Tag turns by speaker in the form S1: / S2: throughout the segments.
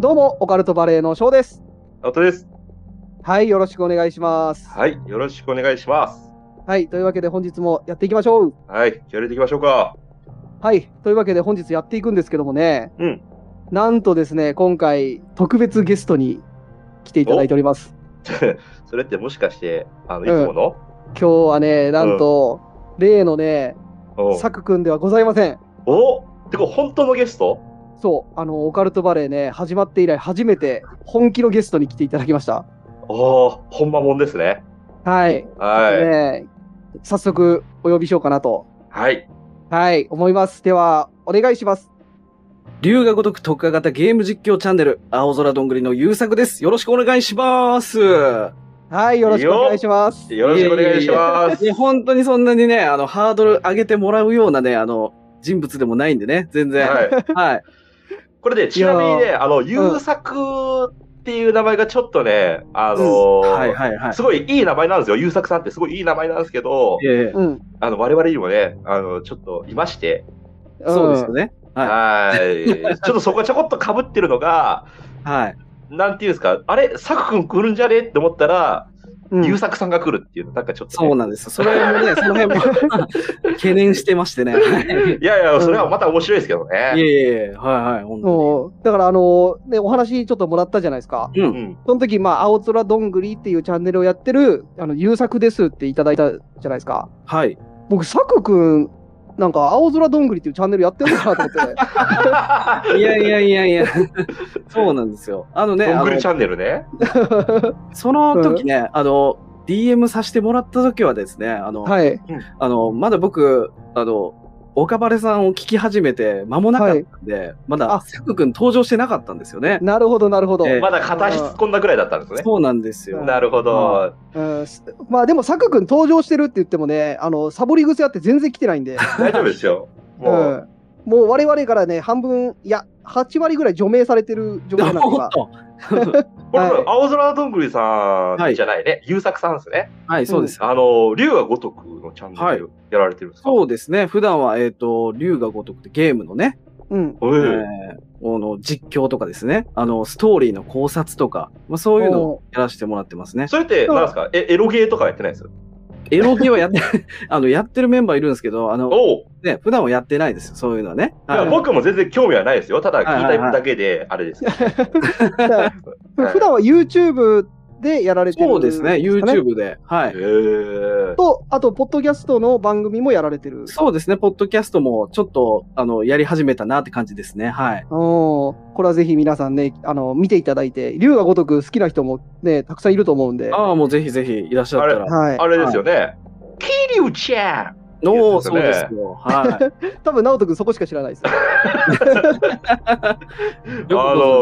S1: どうも、オカルトバレーの翔です。
S2: ナオトです。
S1: はい、よろしくお願いします。
S2: はい、よろしくお願いします。
S1: はい、というわけで本日もやっていきましょう。
S2: はい、気合い入れていきましょうか。
S1: はい、というわけで本日やっていくんですけどもね、
S2: うん。
S1: なんとですね、今回、特別ゲストに来ていただいております。
S2: それってもしかして、あの、
S1: ん
S2: いつもの、
S1: 今日はね、なんと、例のね、
S2: うん
S1: サクくんではございません。
S2: おってか、本当のゲスト
S1: そう、あの、オカルトバレーね、始まって以来初めて本気のゲストに来ていただきました。
S2: おー、ほんまもんですね。
S1: はい。
S2: は
S1: ね、早速、お呼びしようかなと、
S2: い。はい。
S1: はい、思います。では、お願いします。
S3: 龍が如く特化型ゲーム実況チャンネル、青空どんぐりの優作です。よろしくお願いします。
S1: はい、よろしくお願いします。
S2: よろしくお願いします。
S3: ね、本当にそんなにね、あの、ハードル上げてもらうようなね、あの、人物でもないんでね、全然。はい。
S2: はい。これで、ちなみに
S1: い
S2: ね、あの、優作っていう名前がちょっとね、あのー
S3: はい、はい、はい
S2: す。ごいいい名前なんですよ。優作さんってすごいいい名前なんですけど、
S3: ええ
S1: うん。
S2: あの、我々にもね、あの、ちょっといまして、
S3: そうですよね。は
S2: はい。ちょっとそこがちょこっと被ってるのが、
S3: い。はい。
S2: なんていうんですか、あれ、サク君来るんじゃねって思ったら、
S1: うん
S2: 優、作さんが来るっていうの、なんかちょっとね、
S3: そうなんです。それも ね、その辺も懸念してましてね。はい
S2: いやいや、それはまた面白いですけど
S3: いえ
S2: ね。
S3: いえいえ、はいはい、本 当
S1: もうだからあのね、お話ちょっともらったじゃないですか。
S3: に。う。
S2: うんん。
S1: その時、まあ、青空どんぐりっていうチャンネルをやってる、あの、優作ですっていただいたじゃないですか。
S3: はい。
S1: 僕、サクくん、なんか、青空どんぐりっていうチャンネルやってるのかなと 思って。
S3: いやいやいやいや、そうなんですよ。あのね、
S2: ど
S3: あ
S2: んぐ
S3: の
S2: りチャンネルね。
S3: その時ね、あの、DM させてもらった時はですね、あの、
S1: はい。
S3: あの、まだ僕、あの、岡晴さんを聞き始めて間もなかったんで、ま
S1: あ
S3: だ、サク君登場してなかったんですよね。
S1: なるほど、なるほど。
S3: ええ
S2: まだ片足突っ込んだぐらいだったんですね。
S3: そうなんですよ。
S2: なるほど。
S1: うん、すまあ、でも、サクくん登場してるって言ってもね、あの、サボり癖あって全然来て ないんで。
S2: 大丈夫ですよ。もう、
S1: うん、もう我々からね、半分、いや、8割ぐらい除名されてる状況なんで
S3: お
S1: 今
S3: っ。と
S2: これ、
S1: はい
S2: 青空どんぐりさんじゃないね。優、作さんですね。
S3: はい、そうです。
S2: あの、竜が如くのチャンネルやられてるんですか、
S3: そうですね。普段は、えっ、と、龍が如くってゲームのね、
S1: うん。
S2: う
S3: え
S2: ん
S3: ーあの実況とかですね、あの、ストーリーの考察とか、まあ、そういうのをやらせてもらってますね。
S2: それって、なんですかえ、エロゲーとかやってないです
S3: エロゲーはやって、 あの、やってるメンバーいるんですけど、あの、
S2: おう
S3: ね、普段はやってないですよ、そういうのはね。
S2: いや
S3: はい
S2: 僕も全然興味はないですよ。ただ聞いただけで、あれですけど。
S1: だから
S2: はい
S1: 普段は YouTube でやられてる
S3: そうですね、
S1: んか
S3: YouTube で。はい。
S2: へえ。
S1: と、あと、ポッドキャストの番組もやられてる。
S3: そうですね、ポッドキャストもちょっと、あの、やり始めたなって感じですね。はい。
S1: おーこれはぜひ皆さんね、あの、見ていただいて、龍が如く好きな人もね、たくさんいると思うんで。は
S3: ああ、もうぜひぜひいらっしゃったら。
S1: い。
S2: あれですよね。キリュウちゃん
S3: おお、
S2: そ
S3: そうう
S2: で
S3: ですすよ。 は
S1: 多分、直人くんそこしか知らない です。
S2: あの
S3: い。よくご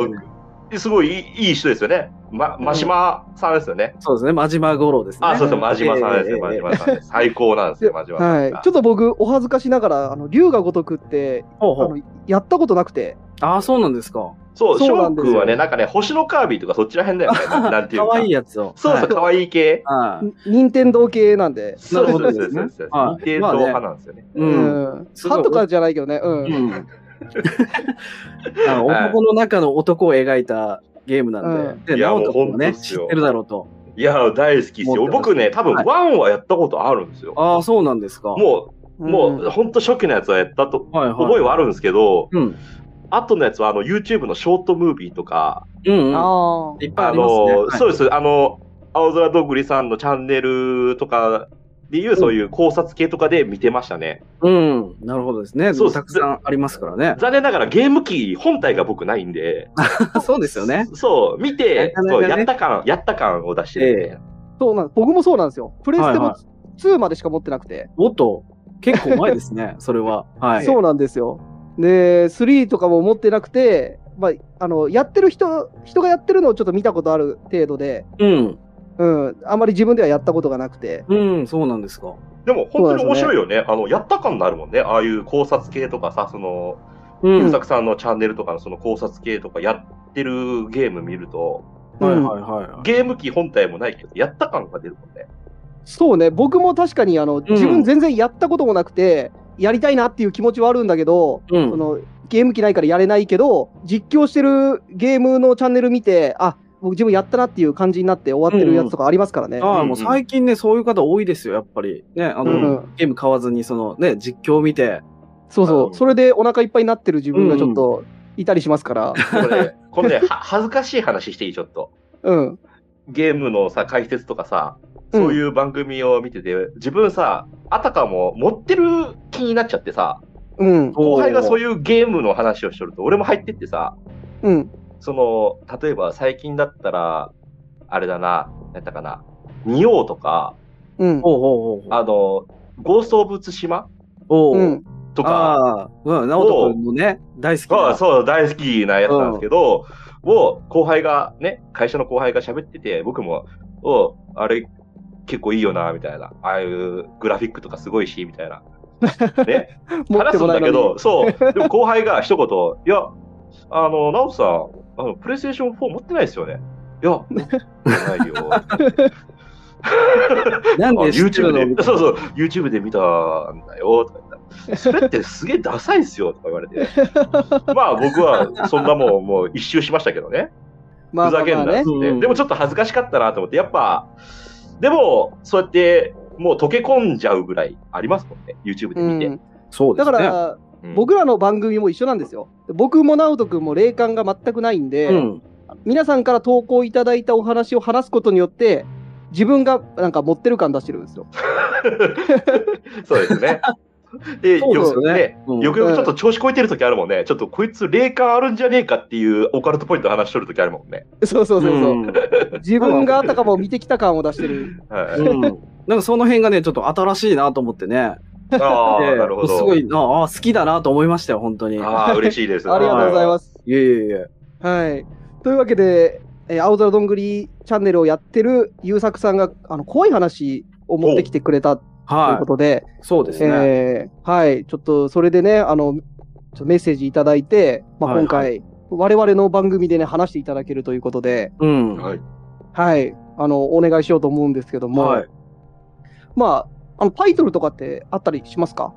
S3: 存知で、
S2: すごいいいいい人ですよね。ま、真島さんですよね。
S3: そうですね、真島五郎ですね。
S2: あ、そうそう、真島さんですよ、
S3: ええ
S2: 真
S3: え
S2: 島
S3: え
S2: さんです。最高なんですよ、真島さん
S1: は
S2: が。
S1: い。ちょっと僕、お恥ずかしながら、あの、龍が如くって、
S3: ほう
S1: あ
S3: ほう
S1: の、やったことなくて。
S3: ああ、そうなんですか。
S2: そう、
S1: そ
S2: 翔
S1: うなんですよ
S2: くんはね、なんかね、星のカービィとかそっちら辺だよね。なんていう
S3: 可
S2: か。
S3: 愛いやつを。
S2: そうそう、
S3: はい
S2: 可愛い系。
S3: はい。
S1: 任天堂系なんで。
S2: そう
S3: なる
S2: そう
S3: ほど
S2: そう
S3: ですね
S2: そうそう。
S3: はい
S2: 認定党派なんですよね。
S3: う。
S1: うんん。
S3: すごい
S1: 歯とかじゃないけどね。うん。
S3: うん。あ の男の中の男を描いたゲームなんで、
S2: うん
S3: で、
S2: いや
S3: ナオト君も
S2: もう本
S3: ね、
S2: 当っす
S3: 知
S2: よ
S3: ってるだろうと。
S2: いや、大好きですよ。僕ね、多分、
S3: はい
S2: ワンはやったことあるんですよ。
S3: ああ、そうなんですか。
S2: もう、
S1: ん
S2: もう、ほんと初期のやつはやったと、
S3: はいはい
S2: 覚えはあるんですけど、
S3: うん。
S2: 後のやつは、あの、YouTube のショートムービーとか、
S3: うん、うん。
S1: あ
S3: いっぱい
S2: あ
S3: ありま
S2: の、
S3: すね。
S2: そうです、あの、青空どんぐりさんのチャンネルとかでいう、そういう考察系とかで見てましたね。
S3: はいうん。なるほどですね。
S2: そう
S3: たくさんありますから ね。
S2: 残念ながらゲーム機本体が僕ないんで、
S3: そうですよね。
S2: そう、見て、
S3: なかな
S2: そ
S3: かね
S2: う、やった感、やった感を出してるんで、
S1: あ。そうなん僕もそうなんですよ。プレステ
S3: はい
S1: も
S3: は
S1: 2までしか持ってなくて。
S3: おっと、結構前ですね、それは。はい。
S1: そうなんですよ。で、3とかも持ってなくて、まあ、あの、やってる人、人がやってるのをちょっと見たことある程度で、
S3: うん。
S1: うん、あまり自分ではやったことがなくて。
S3: うん、そうなんですか。
S2: でも本当に
S1: そうなん
S2: 面
S1: ですよ
S2: 白
S1: ね
S2: いよね。あの、やった感のあるもんね。ああいう考察系とかさ、その、
S3: う。
S2: ゆうんさくさんのチャンネルとかのその考察系とかやってるゲーム見ると、
S3: はい
S1: うん
S3: はいはい。
S2: ゲーム機本体もないけど、やった感が出るもんね。
S1: そうね、僕も確かに、あの、自分全然やったこともなくて、やりたいなっていう気持ちはあるんだけど、
S3: う
S1: そ
S3: ん。
S1: の、ゲーム機ないからやれないけど、実況してるゲームのチャンネル見て、あ、僕自分やったなっていう感じになって終わってるやつとかありますからね。
S3: ああ、もう最近ね、そういう方多いですよ、やっぱり。ね、あの、
S2: うん
S3: ゲーム買わずに、そのね、実況を見て、
S1: そうそ
S2: うん
S1: う。それでお腹いっぱいになってる自分がちょっといたりしますから。
S2: こ れ、このね、は恥ずかしい話していい、ちょっと。
S1: うん。
S2: ゲームのさ、解説とかさ、そういう番組を見てて、自分さ、あたかも持ってる気になっちゃってさ、
S1: うん。
S2: 後輩がそう
S3: い
S2: いうゲームの話をしとると、俺も入ってってさ、
S1: うん。
S2: その、例えば最近だったら、あれだな、何やったかな、仁王とか、
S1: うん。
S3: ほうほうほうほう。
S2: あの、ゴースト・オブ・ツシマ
S3: お
S1: う。
S3: うん
S2: とか、
S3: ああ、うん、直人君のね、大好き
S2: あ
S3: な。
S2: そう、大好きなやつなんですけど、を、後輩が、ね、会社の後輩が喋ってて、僕も、おあれ、結構いいよな、みたいな。ああいうグラフィックとかすごいし、みた いな。ね、
S1: 持っ
S2: 話
S1: て
S2: すん
S1: もら
S2: だ
S1: え
S2: け
S1: るの
S2: ど、そう。でも後輩が一言、いや、あの、ナオさん、あの、プレイステーション4持ってないですよね。いや、持ってないよ。
S3: なん
S2: あ
S3: で知ってる
S2: YouTube
S3: の
S2: で、 そうそう、YouTube で見たんだよ、とか言ったらそれってすげえダサいっすよ、とか言われ て。まあ僕はそんなもん、もう一周しましたけどね。
S1: ま
S2: ふ
S1: あま
S2: ざ
S1: あ
S2: けん
S1: まあ
S2: なっ
S1: ね
S2: つ。って。
S3: うん
S2: でもちょっと恥ずかしかったなと思って、やっぱ、でも、そうやって、もう溶け込んじゃうぐらいありますもんね、YouTube で
S1: う
S2: 見て。
S1: ん、
S3: そうで
S1: だ
S3: す
S1: か
S3: ね。
S1: ら、
S2: うん
S1: 僕らの番組も一緒なんですよ。僕も直人君も霊感が全くないんで、
S3: うん。
S1: 皆さんから投稿いただいたお話を話すことによって、自分がなんか持ってる感出してるんですよ。
S2: そうです ね。で、
S3: そうですよねうん
S2: よくよくちょっと調子こいてる時あるもんね。ちょっとこいつ霊感あるんじゃねえかっていうオカルトポイント話しとる時あるもんね。
S1: そうそうそうそう、
S3: ん
S1: 自分があたかも見てきた感を出してる。
S2: はい。
S3: うんなんかその辺がね、ちょっと新しいなと思ってね。
S2: ああ、
S3: で
S2: なるほど。
S3: すご い、ああ、好きだなと思いましたよ、本当に。いえ
S2: ああ、嬉しいです。。
S1: ありがとうございますす。
S3: いえいえ。
S1: はい。というわけで、えー青空どんぐりチャンネルをやってる優作さんが、あの、怖い話を持ってきてくれたという
S3: は
S1: ことで、
S3: い。そうですね。
S1: えーはい、ちょっとそれでね、あの、ちょっとメッセージいただいて、まあ、
S3: はい
S1: 今回、我々の番組でね、話していただけるということで、
S3: うん。はい。
S2: は
S1: は
S2: い。
S1: い、あの、お願いしようと思うんですけども、まあ、あの、タイトルとかってあったりしますか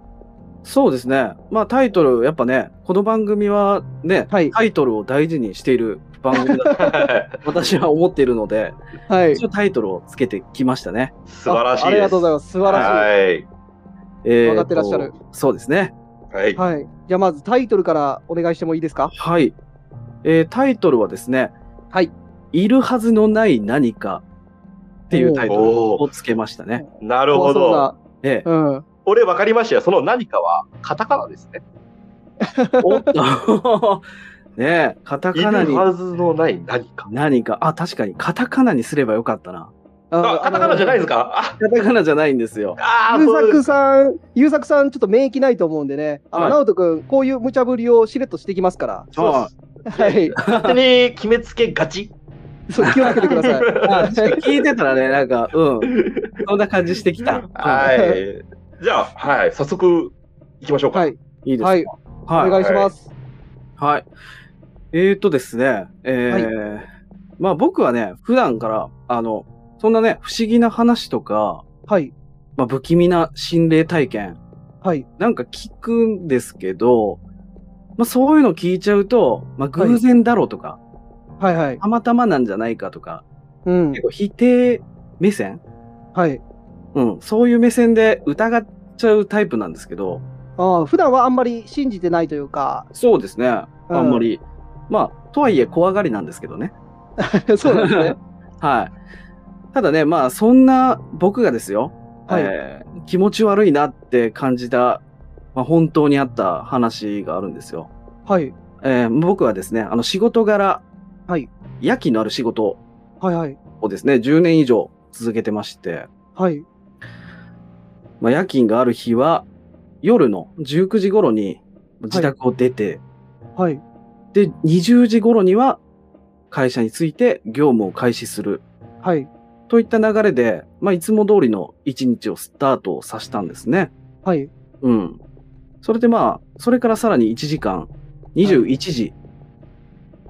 S3: そうですね。まあタイトル、やっぱね、この番組はね、
S1: はい
S3: タイトルを大事にしている番組 だと私は思っているので、
S1: はい。
S3: 一応タイトルをつけてきましたね。
S2: 素晴らしいです。
S1: あありがとうござい
S2: ま
S1: ます。素晴らし
S2: しい。
S3: え
S1: わかってらっしゃる。
S3: そうですね。
S2: はい。はい
S1: い。。はい。じゃあ、まずタイトルからお願いしてもいいですか
S3: はい。えータイトルはですね、
S1: はい。
S3: いるはずのない何かっていうタイトル
S2: おー
S3: をつけましたね。
S2: なるほ
S1: 怖そう
S2: ど。
S1: な。
S3: ええ
S1: うん。
S2: 俺分かりましたよ。その何かは、カタカナで すね。
S3: おっとねえ、カタ
S2: い
S3: カ
S2: る
S3: ナに
S2: はずのない何か。
S3: 何か、あ、確かにカタカナにすればよかったな。
S2: あ、カタカナじゃないですかあ
S3: カタカナじゃないんですよ。
S2: あー、
S1: 優
S2: そう
S1: 作さん、優作さん、ちょっと免疫ないと思うんでね、あの、
S3: はい
S1: 直人君、こういう無茶ぶりをしれっとしてきますから、
S2: そうです
S1: はい、
S2: 勝手に決めつけがち。
S1: そう気をつけてください。
S3: あ確か に聞いてたらね、なんか、うん。そんな感じしてきた。
S2: はい。じゃあ、はい。早速、行きましょうか。
S1: はい、
S3: いいですか。
S1: はい、
S3: は
S1: お願いします。
S3: はい。えー、とですね、えーまあ僕はね、普段から、あの、そんなね、不思議な話とか、
S1: はい、
S3: まあ不気味な心霊体験、
S1: はい、
S3: なんか聞くんですけど、まあそういうの聞いちゃうと、まあ偶然だろうとか、
S1: はい、はい、
S3: たまたまなんじゃないかとか、
S1: うん
S3: 結、構否定目線
S1: はい。
S3: うん、そういう目線で疑っちゃうタイプなんですけど、
S1: あー普段はあんまり信じてないというか、
S3: そうですね、あ
S1: うん
S3: んまり。まあ、とはいえ怖がりなんですけどね。
S1: そうなん ですね。
S3: はい。ただね、まあ、そんな僕がですよ、
S1: はい
S3: えー気持ち悪いなって感じた、まあ、本当にあった話があるんですよ。
S1: はい、
S3: えー僕はですね、あの仕事柄、
S1: はい、
S3: 夜勤のある仕事
S1: はい、はい、
S3: をですね、10年以上続けてまして、
S1: はい、
S3: まあ、夜勤がある日は、夜の19時頃に自宅を出て、
S1: はい、
S3: で、20時頃には会社に着いて業務を開始する
S1: はい、
S3: といった流れで、まあ、いつも通りの一日をスタートさせたんですね。
S1: はい、
S3: うん。それでまあ、それからさらに1時間、21時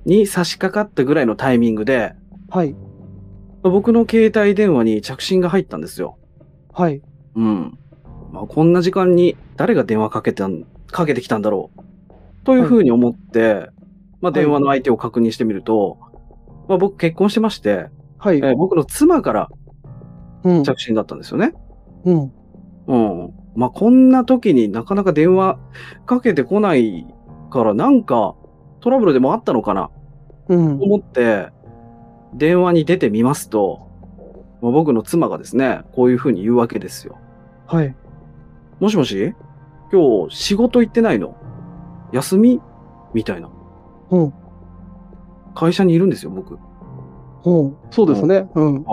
S3: に差し掛かったぐらいのタイミングで、
S1: はい、
S3: 僕の携帯電話に着信が入ったんですよ。
S1: はい、
S3: うん。まあ、こんな時間に誰が電話かけたん、かけてきたんだろうというふうに思って、まあ、電話の相手を確認してみると、まあ、僕結婚してまして、
S1: はい。
S3: えー僕の妻から
S1: うん。
S3: 着信だったんですよね。
S1: うん。
S3: うん。まあ、こんな時になかなか電話かけてこないから、なんかトラブルでもあったのかな
S1: うん
S3: と。思って、電話に出てみますと、まあ僕の妻がですね、こういうふうに言うわけですよ。
S1: はい。
S3: もしもし今日仕事行ってないの休みみたいな。
S1: うん。
S3: 会社にいるんですよ、僕。
S1: うん。そうですね。うん。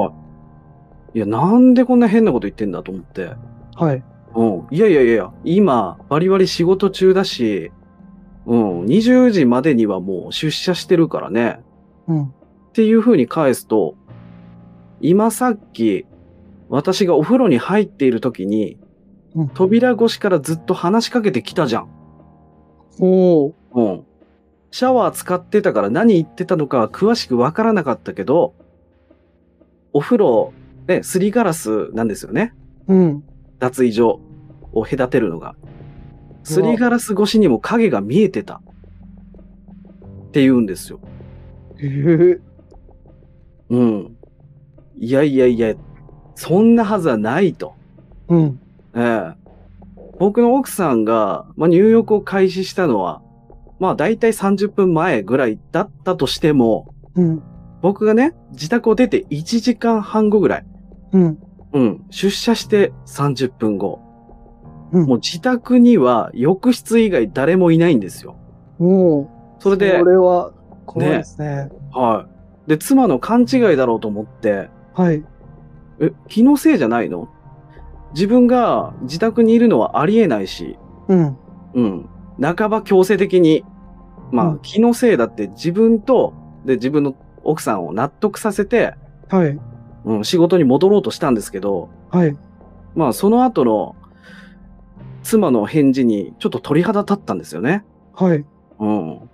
S3: いや、なんでこんな変なこと言ってんだと思って。
S1: はい。
S3: うん。いやいやいやいや、今、バリバリ仕事中だし、うん。20時までにはもう出社してるからね。
S1: うん。
S3: っていう風に返すと、今さっき、私がお風呂に入っている時に
S1: うん、
S3: 扉越しからずっと話しかけてきたじゃん。
S1: おー。
S3: うん。シャワー使ってたから何言ってたのかは詳しくわからなかったけど、お風呂、ね、すりガラスなんですよね。
S1: うん。
S3: 脱衣所を隔てるのが。すりガラス越しにも影が見えてた。って言うんですよ。
S1: へえ。
S3: うん。いやいやいや、そんなはずはないと。
S1: うん。
S3: ええ僕の奥さんが、まあ、入浴を開始したのは、まあ大体30分前ぐらいだったとしても、
S1: うん。
S3: 僕がね、自宅を出て1時間半後ぐらい。
S1: うん。
S3: うん。出社して30分後。
S1: うん
S3: もう自宅には浴室以外誰もいないんですよ。
S1: おー。
S3: それで、
S1: これは、怖いですね。
S3: はい。で、妻の勘違いだろうと思って、
S1: はい。
S3: え、気のせいじゃないの自分が自宅にいるのはありえないし、
S1: うん。
S3: うん。半ば強制的に、ま
S1: う
S3: あ
S1: ん、
S3: 気のせいだって自分と、で、自分の奥さんを納得させて、
S1: はい。
S3: うん、仕事に戻ろうとしたんですけど、
S1: はい。
S3: まあ、その後の、妻の返事にちょっと鳥肌立ったんですよね。
S1: はい。
S3: うん。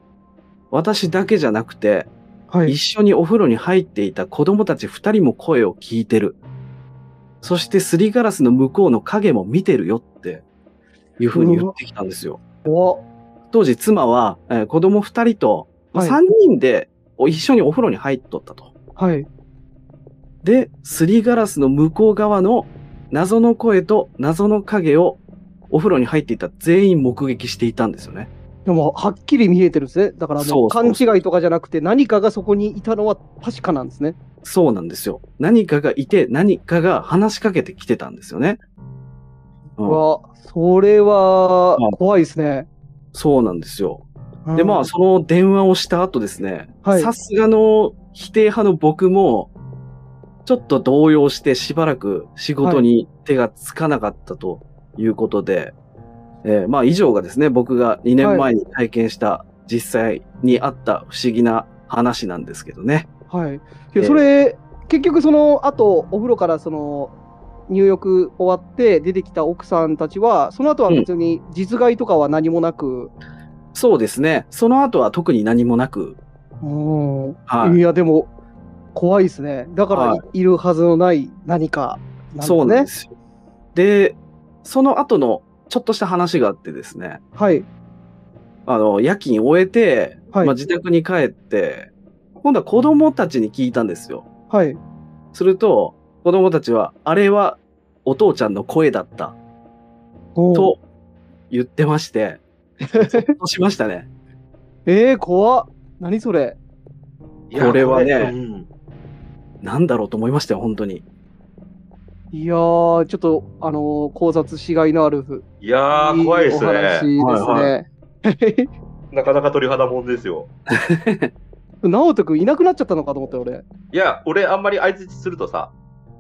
S3: 私だけじゃなくて、
S1: はい。
S3: 一緒にお風呂に入っていた子供たち二人も声を聞いてる。そしてすりガラスの向こうの影も見てるよっていう風に言ってきたんですよ。
S1: 怖っ
S3: 当時妻は、えー子供二人と、まあ
S1: はい
S3: 三人でお一緒にお風呂に入っとったと。
S1: はい。
S3: で、すりガラスの向こう側の謎の声と謎の影をお風呂に入っていた全員目撃していたんですよね。
S1: でも、はっきり見えてるんですね。だからも、
S3: そううそ
S1: 勘
S3: うそう
S1: 違いとかじゃなくて、何かがそこにいたのは確かなんですね。
S3: そうなんですよ。何かがいて何かが話しかけてきてたんですよね。う
S1: うんわ、それは
S3: うん、
S1: 怖いですね。
S3: そうなんですよ。
S1: うん
S3: で、まあ、その電話をした後ですね、
S1: はい
S3: さすがの否定派の僕も、ちょっと動揺してしばらく仕事に手がつかなかったということで、えーまあ、以上がですね、僕が2年前に体験した、実際にあった不思議な話なんですけどね。
S1: はい。い
S3: え
S1: や、
S3: ー
S1: それ、結局、その後、お風呂から、その、入浴終わって出てきた奥さんたちは、その後は別に実害とかは何もなく、
S3: そうですね、その後は特に何もなく、
S1: うん、、
S3: はいい、
S1: や、でも、怖いですね。だから、、
S3: はい
S1: るはずのない何かなんですね。
S3: そうなんですよ。で、その後のちょっとした話があってですね、
S1: はい。
S3: あの、夜勤終えて、
S1: はい
S3: まあ、自宅に帰って、今度は子供たちに聞いたんですよ。
S1: はい。
S3: すると、子供たちは、あれはお父ちゃんの声だった
S1: おう
S3: と言ってまして、そうしました ね。
S1: えー、怖っ。何それ。
S2: いや
S3: これはね
S2: うん
S3: なんだろうと思いましたよ、本当に。
S1: いやー、ちょっと、あのー考察しがいのある。
S2: いやー、怖いです
S1: お話
S2: ね。
S1: です
S3: は
S1: ね。
S2: なかなか鳥肌もんですよ。
S1: 直人君いなくなっちゃったのかと思ったよ俺。
S2: いや、俺、あんまり相づちするとさ、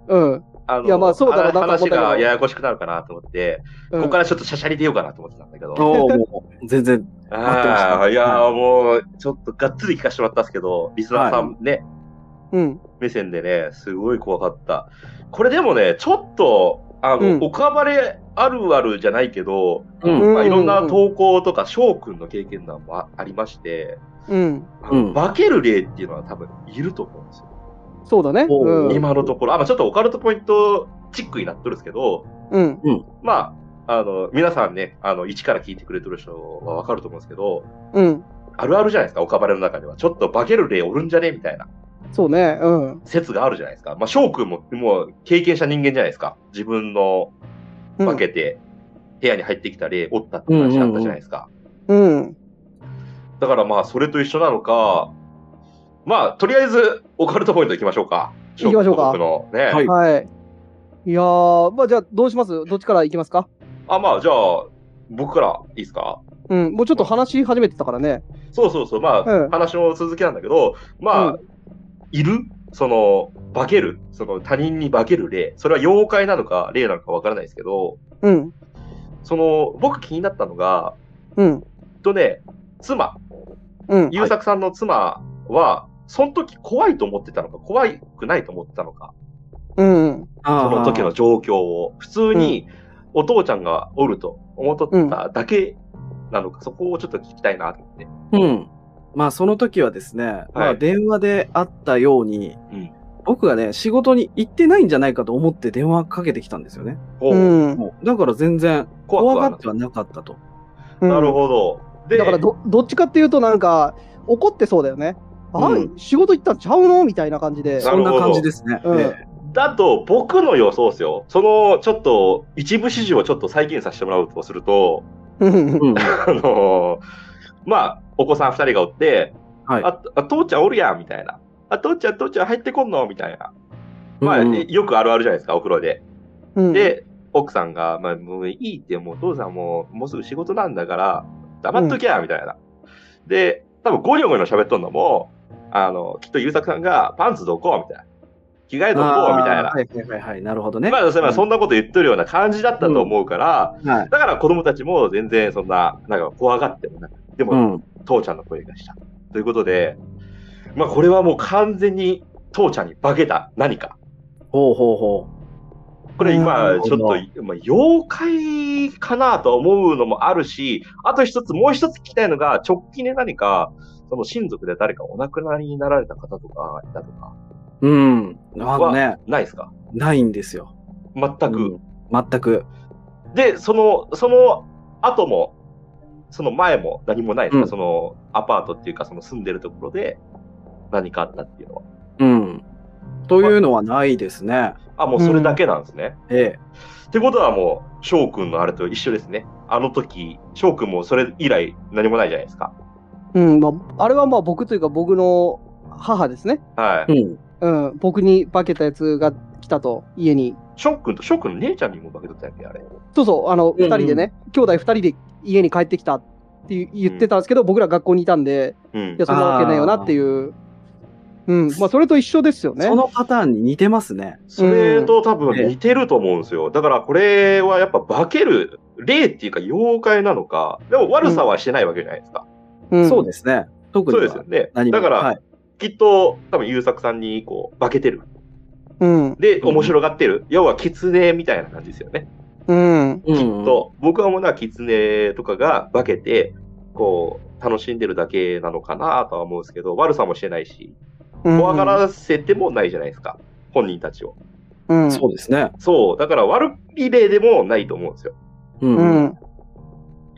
S1: うん。
S2: あの
S1: いやまあそうだろうなと思ったけ
S2: 話
S1: ど
S2: がややこしくなるかなと思って、
S1: うん
S2: ここからちょっとしゃしゃり出ようかなと思ってたんだけど。
S3: おーもう全然、
S2: あ
S3: 待ってました
S2: あ、いやー、もう、ちょっとがっつり聞かせてもらったんですけど、リスナーさんね、
S1: うん。
S2: 目線でね、すごい怖かった。これでもね、ちょっと、あの、
S1: うん
S2: おかばれあるあるじゃないけど、
S3: うん
S2: まあ、いろんな
S1: う
S2: 投稿とか翔くんの経験談もありまして、
S1: うん。
S2: あの
S3: うん
S2: 化ける例っていうのは多分いると思うんですよ。
S1: そうだね。
S3: おう
S1: うん。
S2: 今のところ。あ、まあ、ちょっとオカルトポイントチックになってるんですけど、
S1: うん。
S2: まあ、あの、皆さんね、あの、一から聞いてくれてる人はわかると思うんですけど、
S1: うん。
S2: あるあるじゃないですか、オカバレの中では。ちょっと化ける例おるんじゃねみたいな
S1: そうね。うん。
S2: 説があるじゃないですか。まあ、翔くんも、もう、経験した人間じゃないですか。自分の
S1: うん
S2: 化けて、部屋に入ってきた例おったって話あったじゃないですか。
S1: うん。
S2: だからまあ、それと一緒なのか、まあ、とりあえず、オカルトポイント行きましょうか。
S1: 行きましょうか
S2: 僕のね。
S3: はい
S1: はい。いやー、まあじゃあどうしますどっちから行きますか
S2: あ、まあ、じゃあ、僕からいいですか
S1: うん。もうちょっと話し始めてたからね。
S2: そうそうそう。まあ、
S1: うん
S2: 話の続きなんだけど、まあ、
S1: うん
S2: いるその、化けるその、他人に化ける例。それは妖怪なのか、例なのかわからないですけど、
S1: うん。
S2: その、僕気になったのが、
S1: うん。
S2: えっとね、妻、
S1: うん。
S2: 優作さんの妻は、その時怖いと思ってたのか、怖くないと思ってたのか、
S1: うん。
S3: あ
S2: そ
S3: ー
S2: の時の状況を、普通にお父ちゃんがおると思っとっただけなのか、そこをちょっと聞きたいなと思って。
S3: うん。まあその時はですね、まあ電話であったように、
S2: うん
S3: 僕がね、仕事に行ってないんじゃないかと思って電話かけてきたんですよね。
S2: ほう
S1: うん。
S3: だから全然
S2: 怖く
S3: 怖
S2: は
S3: が
S2: な
S3: ってはなかったと。
S1: うん
S2: なるほど。で、
S1: だからどどっちかっていうとなんか怒ってそうだよね。あ、
S2: う
S1: 仕事行ったんちゃうのみたいな感じで。
S2: な
S3: そ
S2: る
S3: ん
S2: ほど
S3: な感じですね。
S1: うん
S3: え
S2: だと僕の予想ですよ。その、ちょっと、一部指示をちょっと再現させてもらうとすると、
S1: うん
S3: えうん
S2: あのーまあ、お子さん二人がおって、
S3: はい
S2: あ、あ父ちゃんおるやん、みたいな。あ、父ちゃん、父ちゃん入ってこんのみたいな。 まあ、
S3: うん
S2: よくあるあるじゃないですか、お風呂で。
S1: うん
S2: で、奥さんが、まあ、もういいって、もう父さんもう、もうすぐ仕事なんだから、黙っときゃ、みたいな。で、多分ゴニョゴニョ喋っとんのも、あの、きっと優作さんが、パンツどこみたいな。着替えどこ
S3: あー
S2: みたいな
S3: は。いはいはいはい。なるほどね。
S2: まあ、そまあそ
S3: うん
S2: なこと言っとるような感じだったと思うから、
S3: んはい。
S2: だから子供たちも全然そんな、なんか怖がってもなく、でも、
S3: うん。
S2: 父ちゃんの声がした。ということで、まあ、これはもう完全に父ちゃんに化けた何か。
S3: ほうほうほ
S2: これ
S3: な
S2: 今
S3: る、ほ
S2: ちょ
S3: ど
S2: っと、まあ、妖怪かなと思うのもあるし、あと一つ、もう一つ聞きたいのが、直近で何か、その親族で誰かお亡くなりになられた方とかいたとか、
S3: う。うん。あのね、
S2: ないですか
S3: ないんですよ。
S2: 全く。
S3: うん全く。
S2: で、その、その後も、その前も何もないですか、
S3: うん
S2: そのアパートっていうか、その住んでるところで何かあったっていうのは。
S3: うん。というのはないですね。
S2: あ、もうそれだけなんですね。
S3: ええ。
S2: ってことはもう、翔くんのあれと一緒ですね。あの時、翔くんもそれ以来何もないじゃないですか。
S1: うんまあ、あれはまあ僕というか僕の母ですね。
S2: は
S3: う
S2: い。
S3: ん。
S1: うん、僕に化けたやつが来たと家に。
S2: 翔、くんと翔くんの姉ちゃんにも化けとったんやっけ、あれ。
S1: そうそう、あの、
S3: うん
S1: 二人でね、兄弟二人で家に帰ってきたっていう言ってたんですけど、僕ら学校にいたんで、
S2: うん
S1: いや、。そんなわけないよなっていう。うん、まあ、それと一緒ですよね。
S3: そのパターンに似てますね。
S2: それと多分似てると思うんですよ。だからこれはやっぱ化ける霊っていうか妖怪なのか、でも悪さはしてないわけじゃないですか。
S1: うん、
S3: そうですね。特に
S2: そう
S3: は
S2: ですよね。
S3: 何も
S2: だから、
S3: はい
S2: きっと多分優作さんにこう化けてる。
S1: うん、
S2: で、
S3: うん
S2: 面白がってる。要は狐みたいな感じですよね。
S1: うん、
S3: うん
S2: と、僕はもうな、狐とかが化けて、こう、楽しんでるだけなのかなとは思うんですけど、悪さもしてないし、
S1: うん
S2: 怖がらせてもないじゃないですか、本人たちを。
S1: うん、
S3: そうですね。
S2: そう、だから悪い例でもないと思うんですよ。
S3: うん
S1: うん、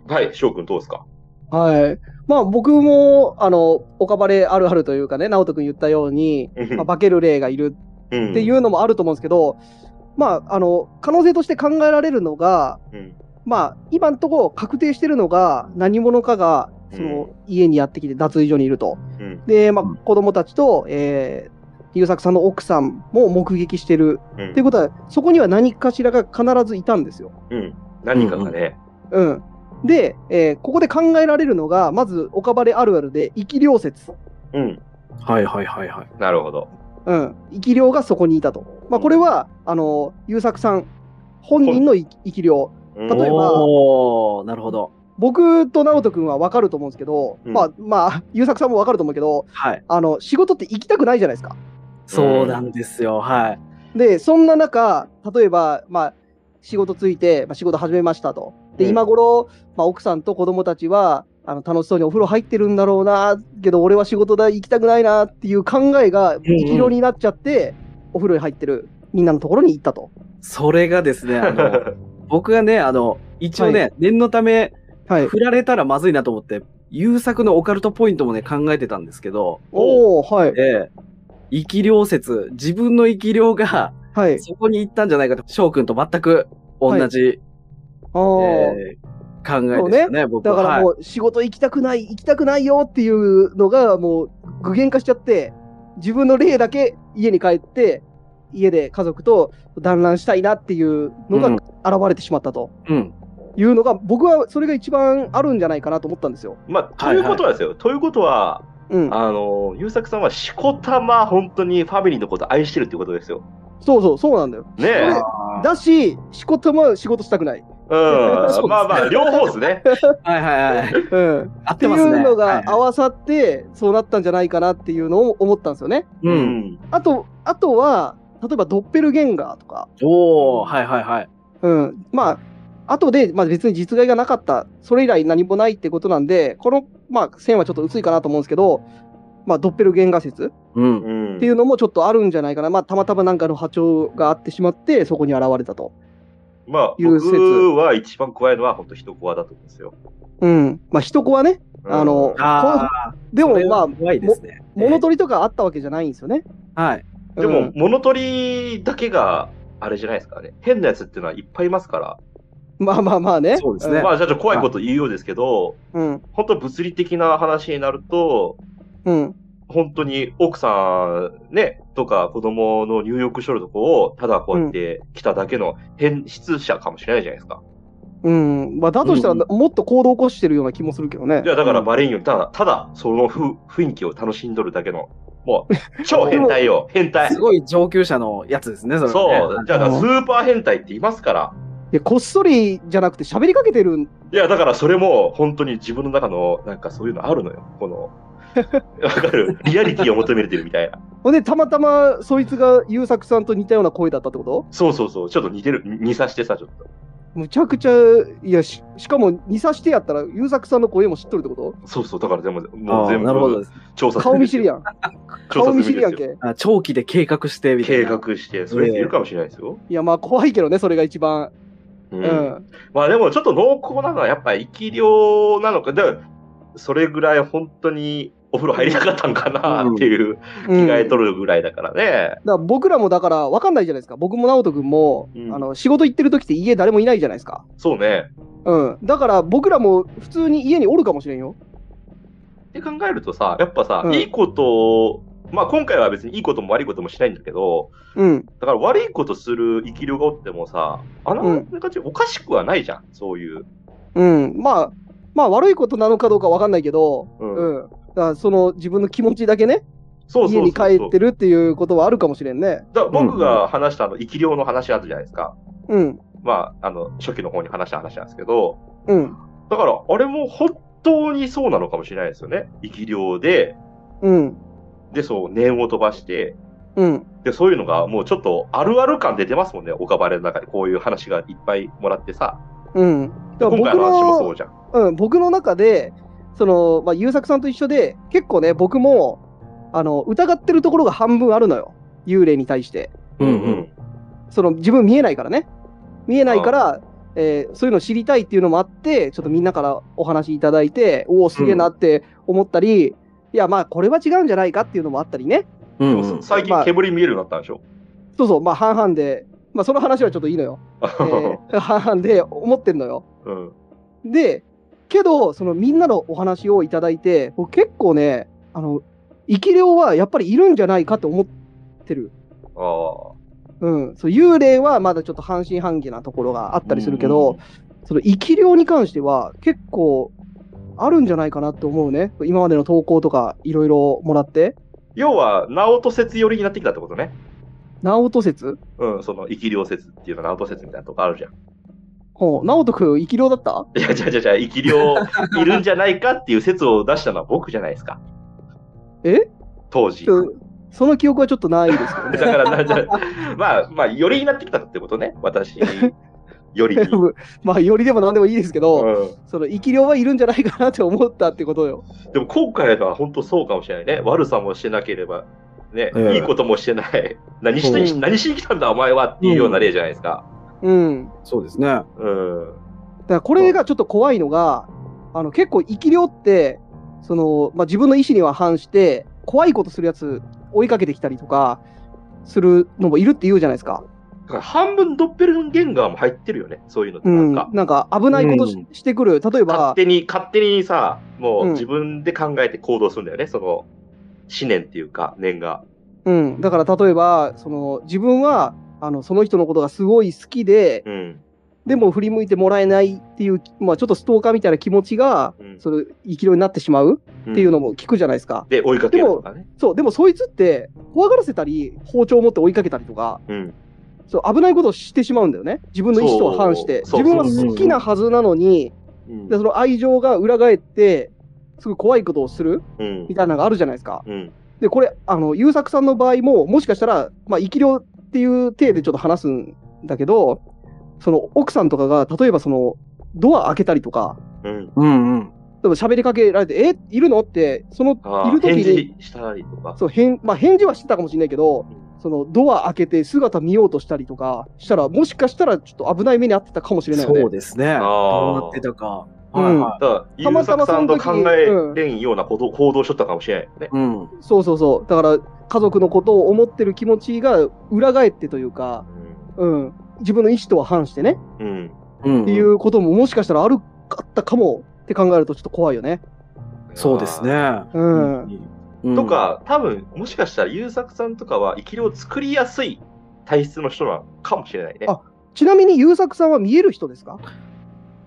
S2: はい、翔くんどうですか
S1: はい。まあ、僕も、あの、オカバレあるあるというかね、直人君言ったように、まあ、化ける霊がいる
S2: うん
S1: っていうのもあると思うんですけど、まあ、あの、可能性として考えられるのが、
S2: うん
S1: まあ、今のところ確定してるのが、何者かが、その、家にやってきて脱衣所にいると。
S2: うん
S1: で、まあ
S3: うん、
S1: 子供たちと、えー、優作さんの奥さんも目撃してる。
S2: うん
S1: っていうことは、そこには何かしらが必ずいたんですよ。
S2: うん何かがね、
S1: うん。で、えーここで考えられるのが、まず、オカバレあるあるで、生き量説。
S2: うん、
S3: はいはいはいはい。
S2: なるほど。
S1: うん。生き量がそこにいたと。まあ、これは、あの、優作さん本人の生き生き量。
S2: 例
S1: 例えば
S3: おーなるほど。
S1: 僕と直人君は分かると思うんですけど、
S2: うん
S1: まあ、まあ、優作さんも分かると思うけど、
S3: はい。
S1: あの、仕事って行きたくないじゃないですか。
S3: そうなんですよ。はい。
S1: で、そんな中、例えば、まあ、仕事ついて、まあ、仕事始めましたと。
S2: う
S1: で、
S2: ん
S1: 今頃、まあ、奥さんと子供たちは、あの楽しそうにお風呂入ってるんだろうな、けど俺は仕事だ、行きたくないなっていう考えが、生き量になっちゃって、お風呂に入ってるみんなのところに行ったと。
S3: それがですね、あの、僕がね、あの、一応ね、
S1: は
S3: 念のため、
S1: はい。
S3: 振られたらまずいなと思って、優作のオカルトポイントもね、考えてたんですけど、
S1: おおはい。
S3: ええ生き量説、自分の生き量が
S1: はい。
S3: そこに行ったんじゃないかと、翔くんと全く同じ、
S1: あー
S3: ええ考えでしたね、僕
S1: だ
S3: は。
S1: からもう仕事行きたくない、行きたくないよっていうのがもう具現化しちゃって、自分の例だけ家に帰って、家で家族と団らんしたいなっていうのが
S3: うん
S1: 現れてしまったと
S3: はい、うん。
S1: いうのが、僕はそれが一番あるんじゃないかなと思ったんですよ。
S2: まあ、ということはですよ。ということは、
S1: うん。
S2: あの、優作さんはしこたま本当にファミリーのこと愛してるっていうことですよ。
S1: そうそう、そうなんだよ。
S2: ねえ。
S1: だし、仕事も仕事したくない。
S2: うん。
S3: そうですね
S2: まあまあ、両方ですね。
S3: はいはいはい。
S1: うん。っ
S3: 合ってて
S1: い
S3: ますね。
S1: うの
S3: はいは
S1: が
S3: い
S1: 合わさって、そうなったんじゃないかなっていうのを思ったんですよね。
S3: う。
S2: うんん。
S1: あと、あとは、例えばドッペルゲンガーとか、
S3: おおはいはいはい。
S1: うん、まあ、後で、まあ、別に実害がなかった、それ以来何もないってことなんで、この、まあ、線はちょっと薄いかなと思うんですけど、まあ、ドッペルゲンガー説
S3: うん。
S2: うん。
S1: っていうのもちょっとあるんじゃないかな、まあ、たまたまなんかの波長があってしまって、そこに現れたと。
S2: まあ、
S1: いう説
S2: 僕は一番怖いのは本当人怖だと思うんですよ。
S1: うん、まあ、人子はね、
S2: うん
S1: あの
S3: ああ、
S1: でもまあ、
S3: 怖いですね。
S1: 物取りとかあったわけじゃないんですよね。
S3: はい。
S2: で
S1: う
S2: も
S1: ん、
S2: 物取りだけが、あれじゃないですからね。変なやつっていうのはいっぱいいますから。
S1: まあまあまあね。
S3: そうですね
S2: まあ、じゃあ、怖いこと言うようですけど、
S1: うん、
S2: 本当物理的な話になると、
S1: うん、
S2: 本当に奥さんね、とか子供の入浴しとるとこを、ただこうやって来ただけの変質者かもしれないじゃないですか。
S1: うん。まあ、だとしたら、
S3: うん
S1: もっと行動起こしてるような気もするけどね
S2: じ。ゃあだからバレんように、ただ、ただそのふ雰囲気を楽しんどるだけの、もう、超変態よ、変態。
S3: す
S2: そう、
S3: ごい上級者のやつですね、それはね、
S2: じゃあだからスーパー変態って言いますから。
S1: いや、こっそりじゃなくて、喋りかけてるん
S2: いや、だからそれも本当に自分の中の、なんかそういうのあるのよ。この、わかるリアリティを求めれてるみたいな。
S1: ほんで、たまたま、そいつが優作さんと似たような声だったってこと
S2: そうそうそう、ちょっと似てる、似さしてさ、ちょっと。
S1: むちゃくちゃ、いや、ししかも、似さしてやったら、優作さんの声も知っとるってこ
S2: そうそう、だからでも、も
S3: あ
S2: う
S3: ー
S2: 全
S3: なるほど
S2: 部
S3: です。
S2: 調査
S1: と顔見知りや
S2: ん。
S1: ん。
S2: 調査
S1: 顔
S2: 済み
S1: 見
S2: です
S1: 知
S2: よ
S1: りやんけ。
S3: あ長期で計画してみたい
S2: 計
S3: な。
S2: 画して、それっているかもしれないですよ。
S1: いや、まあ、怖いけどね、それが一番。
S2: う
S1: うんん。
S2: まあでもちょっと濃厚なのはやっぱ生き量なのか、だからそれぐらい本当にお風呂入りたかったんかなっていう
S1: う
S2: 着
S1: ん、
S2: 替え
S1: だか
S2: とるぐらいだからね。
S1: ら僕らも、だから、わかんないじゃないですか。僕も直人君も、
S2: うん
S1: あの、仕事行ってる時って家誰もいないじゃないですか。
S2: そうね。
S1: うん。だから、僕らも普通に家におるかもしれんよ。
S2: って考えるとさ、やっぱさ、
S1: うん
S2: いいことを、まあ今回は別にいいことも悪いこともしないんだけど、
S1: うん。
S2: だから悪いことする生き量がおってもさ、あな
S1: うん
S2: がちおかしくはないじゃん、そういう。
S1: うん。まあ、まあ、悪いことなのかどうかわかんないけど、
S2: う
S1: うんん。だから、その、自分の気持ちだけね、
S2: そう
S1: 家
S2: そうそう
S1: に
S2: そう
S1: 帰ってるっていうことはあるかもしれんね。
S2: だから僕が話したあの生き量の話あったじゃないですか。
S1: うん。
S2: まあ、あの、初期の方に話した話なんですけど、
S1: うん。
S2: だから、あれも本当にそうなのかもしれないですよね。生き量で、
S1: うん。
S2: で、そう、念を飛ばして、
S1: うん。
S2: で、そういうのがもうちょっとあるある感出てますもんね。オカバレの中でこういう話がいっぱいもらってさ。
S1: うん。だか
S2: 今
S1: ら僕
S2: 回の話もそ
S1: の
S2: う、じゃん。
S1: うん、僕の中で、その、まあ、優作さんと一緒で、結構ね、僕も、あの、疑ってるところが半分あるのよ。幽霊に対して。
S3: うんうん。。
S1: その、自分見えないからね。見えないから、えーそういうの知りたいっていうのもあって、ちょっとみんなからお話いただいて、おお、すげえなって思ったり、いや、まあ、これは違うんじゃないかっていうのもあったりね。
S3: う
S2: で
S3: ん、う
S2: も
S3: ん。
S2: 最
S1: ま
S2: 近
S1: あ
S2: 煙見えるようになったんでしょ、
S1: そうそう、まあ、半々で、まあ、その話はちょっといいのよ。えー半々で思ってんのよ。
S2: うん。
S1: で、けど、そのみんなのお話をいただいて、僕結構ね、あの、生き霊はやっぱりいるんじゃないかと思ってる。
S2: あ
S1: うん。そう、幽霊はまだちょっと半信半疑なところがあったりするけど、その生き霊に関しては結構あるんじゃないかなって思うね。今までの投稿とかいろいろもらって。
S2: あ。要は、直人説寄りになってきたってことね。
S1: 直人説
S2: うん、その、生き量説っていうのは直人説みたいなとこあるじゃん。
S1: ほう、直人くん生き霊だった
S2: いや、じゃじゃじゃ生き量いるんじゃないかっていう説を出したのは僕じゃないですか。
S1: え
S2: 当時。
S1: ちょその記憶はちょっとないですけど
S2: だ
S1: ね。
S2: からなんじゃ、まあ、まあ、よりになってきたってことね、私 よりに。うん
S1: まあ、よりでも何でもいいですけど、その生き霊はいるんじゃないかなって思ったってことよ。
S2: でも今回は本当そうかもしれないね。悪さもしてなければ、ね、
S3: ええ
S2: いいこともしてない。何しに、
S1: うん
S2: 何しに来たんだ、お前はっていうような例じゃないですか。
S1: うん。
S3: そうですね。
S2: うん。
S1: だからこれがちょっと怖いのが、あの結構生き量って、そのまあ、自分の意思には反して、怖いことするやつ追いかけてきたりとかするのもいるって言うじゃないですか。
S2: だから半分ドッペルゲンガーも入ってるよね、そういうのって
S1: う
S2: なん
S1: ん、
S2: か。
S1: なんか危ないことし,、
S3: うん
S1: てくる、例えば
S2: 勝、手に、勝手にさ、もう
S1: うん
S2: 自分で考えて行動するんだよね、その、思念っていうか、念が。
S1: うん、だから例えばその自分はあのその人のことがすごい好きで、
S2: うん。
S1: でも振り向いてもらえないっていう、まあ、ちょっとストーカーみたいな気持ちが、
S2: うん
S1: それ生き量になってしまう
S2: っ
S1: っていうのも聞くじゃないですか。
S2: で、追いかけるとかね。
S1: そう、でもそいつって怖がらせたり、包丁を持って追いかけたりとか、
S2: うん。
S1: そう危ないことをしてしまうんだよね。自分の意思とは反して。
S2: そう
S1: 自分は
S3: そう
S1: 好きなはずなのに、
S2: うん
S1: でその愛情が裏返って、すごい怖いことをする
S2: うん
S1: み。たいなのがあるじゃないですか。
S2: うん。
S1: で、これ、あの、優作さんの場合も、もしかしたら、まあ、生き量っていう体でちょっと話すんだけど、その奥さんとかが、例えばその、ドア開けたりとか、
S2: うん。
S3: うんうん。
S1: でも喋りかけられて、え、いるのって、その、
S2: あ
S1: い
S2: あ
S1: る時
S2: 返
S1: に、
S2: 事したりとか。
S1: そう返まあ、返事はしてたかもしれないけど、そのドア開けて姿見ようとしたりとかしたら、もしかしたらちょっと危ない目に遭ってたかもしれないよね。
S3: そうですね。
S2: あー
S3: どうなってたか。
S1: うん
S3: はいは
S2: だから、
S1: た
S2: 優
S1: またまそ
S2: 作さ
S1: の
S2: ん
S1: 時
S2: と考えれんようなこと、行動しとったかもしれないよね。
S3: い。うん。
S1: そうそうそうだから家族のことを思ってる気持ちが裏返ってというか、うん、自分の意思とは反してね、
S2: うん。うん
S3: うん
S1: っていうことももしかしたらあるかったかもって考えるとちょっと怖いよね。
S3: そうです。ね。
S1: うん。
S3: うん
S2: と、か、多分、もしかしたら優作さんとかは生き量を作りやすい体質の人なのかもしれないね。
S1: あちなみに優作さんは見える人ですか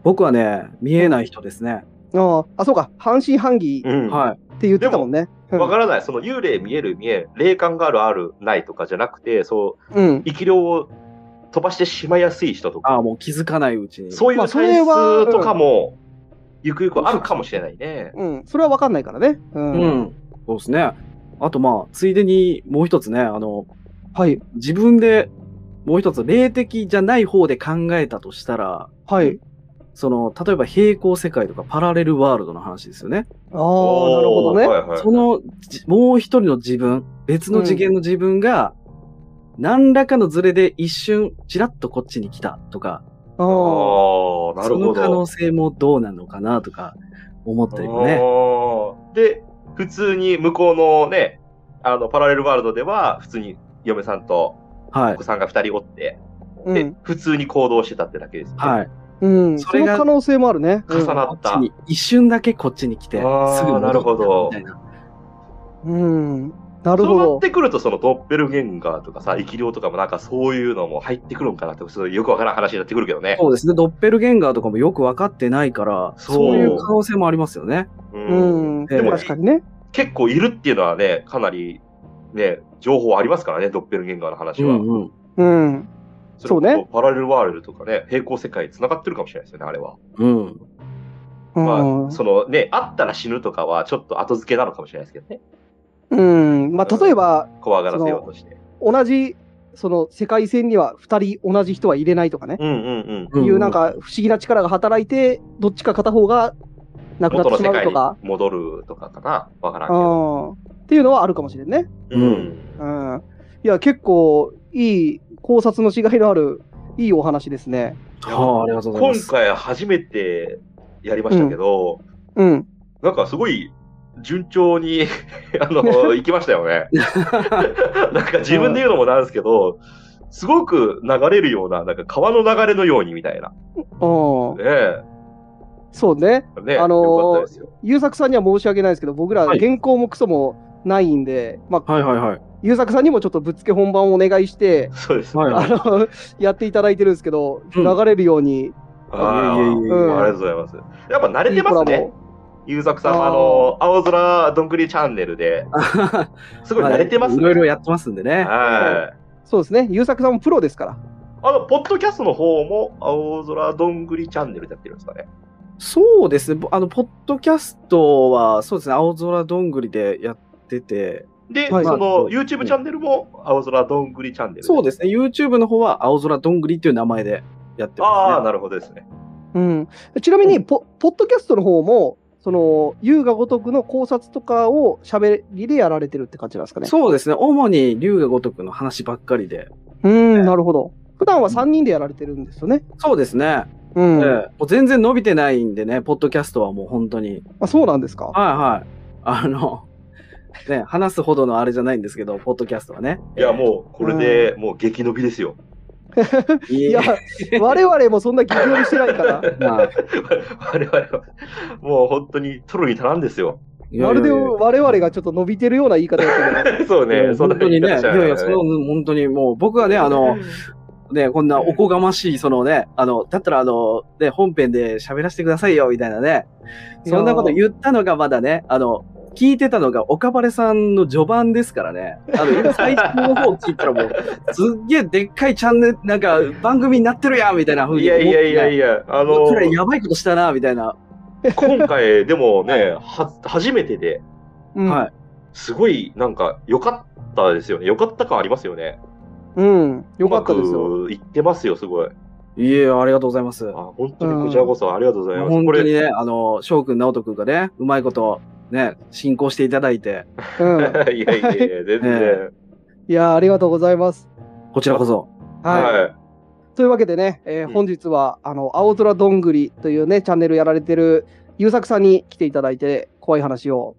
S3: 僕はね、見えない人ですね。
S1: あああ、そうか、半信半疑
S2: うん。
S3: は
S1: って言ってたもんね。うん
S2: わからない。その幽霊見える見えん、霊感があるあるないとかじゃなくて、そう、
S1: うん、
S2: 生き量を飛ばしてしまいやすい人と
S3: あ
S2: か、
S3: あ、もう気づかないうちに。
S2: そうい
S1: ま
S2: う
S1: あそれ
S2: 体
S1: は
S2: 質とかも、ゆくゆくあるかもしれないね。
S1: うん、それは分かんないからね。うん
S3: うん。そうですね。あと、まあ、ついでにもう一つね、あの、
S1: はい、
S3: 自分でもう一つ、霊的じゃない方で考えたとしたら、
S1: はい。
S3: その、例えば平行世界とかパラレルワールドの話ですよね。
S1: ああ、なるほどね。
S2: はいはい
S3: その、じもう一人の自分、別の次元の自分が、何らかのズレで一瞬、ちらっとこっちに来たとか、
S1: あ
S2: あ
S1: ー
S2: ーなる
S3: そ
S2: ほど。
S3: の可能性もどうなのかなとか、思ったりもね。
S2: あーで、普通に向こうのね、あの、パラレルワールドでは、普通に嫁さんと
S3: は
S2: お
S3: い
S2: 子。さんが2人おって、
S1: う
S2: で
S1: ん、
S2: 普通に行動してたってだけです、ね。
S3: はい。
S1: うん、そ
S3: それが
S1: の可能性もあるね。
S2: 重な
S3: こ
S2: っ。
S3: ったちに、一瞬だけこっちに来て、す
S2: あ
S3: ぐ
S2: ー
S3: 戻って
S2: なるほど
S3: みたいな。
S1: うん、うんなる
S2: そう
S1: ほ
S2: なっ
S1: ど。
S2: てくると、そのドッペルゲンガーとかさ、生き量とかもなんかそういうのも入ってくるんかなって、そういうよくわからん話になってくるけどね。
S3: そうですね。ドッペルゲンガーとかもよく分かってないから、
S2: そう
S3: そういう可能性もありますよね。
S1: う
S2: うん
S1: ん、
S3: で
S2: も
S1: 確かにね。
S2: 結構いるっていうのはね、かなり、ね、情報ありますからね、ドッペルゲンガーの話
S3: う
S2: は。
S3: んうん。
S1: うん、そうね
S2: れこそパラレルワールドとかね、平行世界に繋がってるかもしれないですよね、あれは。
S3: うん。
S1: う
S2: ま
S1: ん
S2: あ、そのね、あったら死ぬとかは、ちょっと後付けなのかもしれないですけどね。
S1: うん、まあ、例えば、
S2: 怖がらせようとして。
S1: 同じ、その世界線には2人同じ人は入れないとかね。
S2: うんうんうん。
S1: いうなん、か不思議な力が働いて、どっちか片方がなくなっ
S2: 元
S1: て
S2: の
S1: し
S2: 世
S1: まう
S2: 界
S1: と
S2: に
S1: か。
S2: 戻るとかかな。わから
S1: う
S2: んけど。
S1: ん、っていうのはあるかもしれんね。
S3: ん
S1: うん。いや、結構いい考察のしがいのある、いいお話ですね。
S3: はあ、ありがとうございま
S2: 今
S3: す。
S2: 回初めてやりましたけど、
S1: うん。
S2: なんかすごい順調に あの行きましたよね。なんか自分で言うのもなんですけど、すごく流れるような、なんか川の流れのようにみたいな。
S1: うん
S2: ねえ
S1: そうね。
S2: ねえ
S1: あのー
S2: よかったですよ。
S1: 優作さんには申し訳ないですけど、僕ら
S3: はい
S1: 原稿もクソもないんで、まあ、
S3: はいはいはい。
S1: 優作さんにもちょっとぶっつけ本番をお願いして、
S2: そうです。
S3: はいは
S1: あの、 やっていただいてるんですけど、
S3: うん
S1: 流れるように、
S2: あー
S3: いえいえいえいえ
S2: うんありがとうございます。やっぱ慣れ
S1: いい
S2: て
S1: コ
S2: ます
S1: ラ
S2: ね
S1: ボ。。
S2: ゆうさくさんも
S1: あー
S2: あのー、青空どんぐりチャンネルで、すごい慣れてます
S3: い
S2: ね。
S3: ろいろやってますんでね。
S2: はい。
S1: そうですね。優作さんもプロですから。
S2: あの、ポッドキャストの方も、青空どんぐりチャンネルでやってるんですかね。
S3: そうですね。ぼあの、ポッドキャストは、そうですね。青空どんぐりでやってて、
S2: で、
S1: はい
S2: そ
S3: まあ
S2: の YouTube チャンネルも、青空どんぐりチャンネル。。
S3: そうですすね。YouTube の方は、青空どんぐりっていう名前でやって
S2: ああ、
S3: ますね。
S2: なるほどですね。
S1: うん。ちなみにポ、ポッドキャストの方も、その、優雅如くの考察とかを喋りでやられてるって感じなんですかね。
S3: そうですね。主に、龍が如くの話ばっかりで、
S1: うーん、なるほど。普段は3人でやられてるんですよね。
S3: そうですね。
S1: うん。
S3: ええ
S1: ま
S3: もう全然伸びてないんでね、ポッドキャストはもう本当に。
S1: あ、そうなんですか。
S3: はいはい。あの、 ね、話すほどのあれじゃないんですけど、ポッドキャストはね。
S2: いや、もう、これで、もう激伸びですよ。
S3: う、い
S1: いや
S3: や、、
S1: 我々もそんな激読みして ないから、
S3: まあ、
S2: 我々は、もう本当にトロに足らんですよ。
S1: まるで
S3: いやいやいや
S1: 我々がちょっと伸びてるような言い方だったけど。
S2: そう
S3: いやい
S2: ね、
S3: や
S2: そんな
S3: 本当にね、い
S2: 言い方しちゃう
S3: や
S2: よ
S3: いや、それは本当にもう、僕はね、あの、ね、こんなおこがましい、そのね、あの、だったらあの、ね、本編で喋らせてくださいよ、みたいなね。そんなこと言ったのがまだね、あの、聞いてたのが岡晴さんの序盤ですからね。あの、今最初の方聞いたらもう、すっげえでっかいチャンネル、なんか番組になってるやんみたいな風
S2: い
S3: に思
S2: や
S3: って、
S2: いやいやい
S3: や。
S2: や、あ の
S3: こ、れやばいことしたな、みたいな。
S2: 今回、でもね、は、初めてで、
S1: うん
S3: はい
S2: すごい、なんか、良かったですよね。良かった感ありますよね。
S1: うん。よかったです
S2: う
S1: よ。
S2: まくいってますよ、すごい。
S3: いえ、ありがとうございます。
S2: あ本当にこちらこそありがとうございます。
S3: 本
S2: こ
S3: 当に
S2: れ、
S3: ね、あの、翔くん、直人くんがね、うまいこと、ね、進行していただいて、
S1: うん。
S2: いやいやいや、全然。
S1: いやーありがとうございます。
S3: こちらこそ。
S1: はい。
S2: はい。
S1: というわけでね、えー
S2: うん
S1: 本日は、あの、青空どんぐりというね、チャンネルやられてる優作さんに来ていただいて、怖い話を、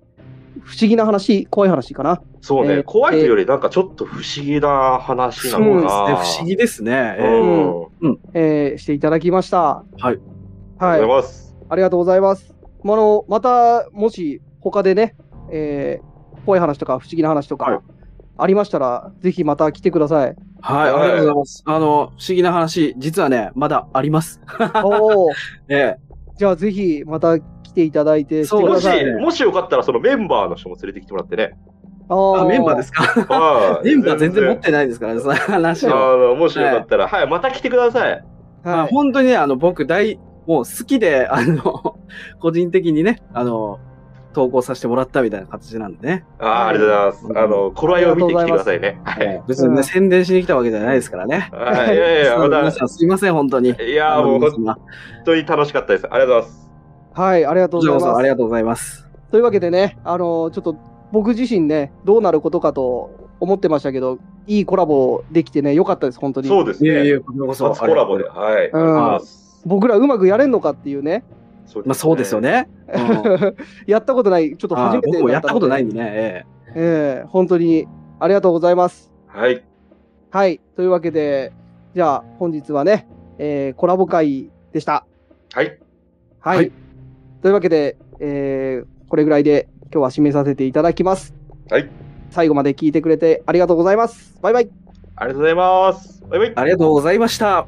S1: 不思議な話、怖い話かな。
S2: そう
S1: え
S2: ね、
S1: ー
S2: 怖いというより、なんかちょっと不思議な話な
S3: そう
S2: の
S3: ですね、不
S2: かな。
S3: 思議ですね。え
S2: う
S3: え
S2: ん。
S1: えーしていただきました。
S3: はい。
S2: あ
S1: は
S2: り
S1: い。
S2: がとうございます。
S1: ありがとうございます。まああの、また、もし、他でね、えー怖い話とか不思議な話と
S3: はい
S1: か、ありましたら、ぜひまた来てくだ さい。
S3: はい、ありがとうございます。あの、不思議な話、実はね、まだあります。
S1: おお、
S3: ええ
S1: じゃあぜひ、また来ていただいて、して
S3: そう
S1: く
S2: も
S1: だ
S2: し
S1: さい。
S3: ね、
S2: もしよかったら、そのメンバーの人も連れてきてもらって ね。
S1: あ。
S3: あメンバーですすか
S2: はい
S3: メンバー全然持ってないですからね、その話
S2: あ
S3: を。
S2: の、もしよかったら、はい、また来てください。
S3: まあ
S1: はい。
S3: 本当にね、あの、僕、大、もう好きで、あの、 個人的にね、あの、投稿させてもらったみたいな形なんでね。
S2: あーありがとうございます。あの、頃合いを見てきてくださいね。はい。
S3: ええ別に
S1: う
S3: ね、
S1: ん
S3: 宣伝しに来たわけじゃないですからね。
S2: はい、いやいや、
S3: 皆
S2: ま
S3: さん すいません、本当に。
S2: た、いやー、もう
S3: 皆さ
S2: 本
S3: んが
S2: 当に楽しかったです。ありがとうございます。
S1: はい、ありがとう
S3: こ
S1: ござ
S3: ちら
S1: い
S3: こそ
S1: ま
S3: あり
S1: す。
S3: がとうございます。
S1: というわけでね、あのちょっと僕自身ね、どうなることかと思ってましたけど、いいコラボできてね、良かったです、本当に。
S2: そうです
S3: いやい
S2: ね。
S3: や、こちらこそ。
S2: 初コラボで、はい。ありがとうございます
S1: 僕らうまくやれんのかっていうね、
S2: そう
S3: まあそうですよ。ね。うん
S1: やったことない、ちょっと
S3: あ
S1: 初
S3: ー
S1: めて。
S3: 僕もやったことないいんでね。え
S1: ええ本当にありがとうございます。
S2: はい。
S1: はい、というわけで、じゃあ本日はね、えーコラボ会でした。
S2: はい。
S1: はい。
S3: はい
S1: というわけで、えーこれぐらいで今日は締めさせていただきます。
S2: はい。
S1: 最後まで聞いてくれてありがとうございます。バイバイ。
S2: ありがとうございます。バイバイ
S3: え。ありがとうございました。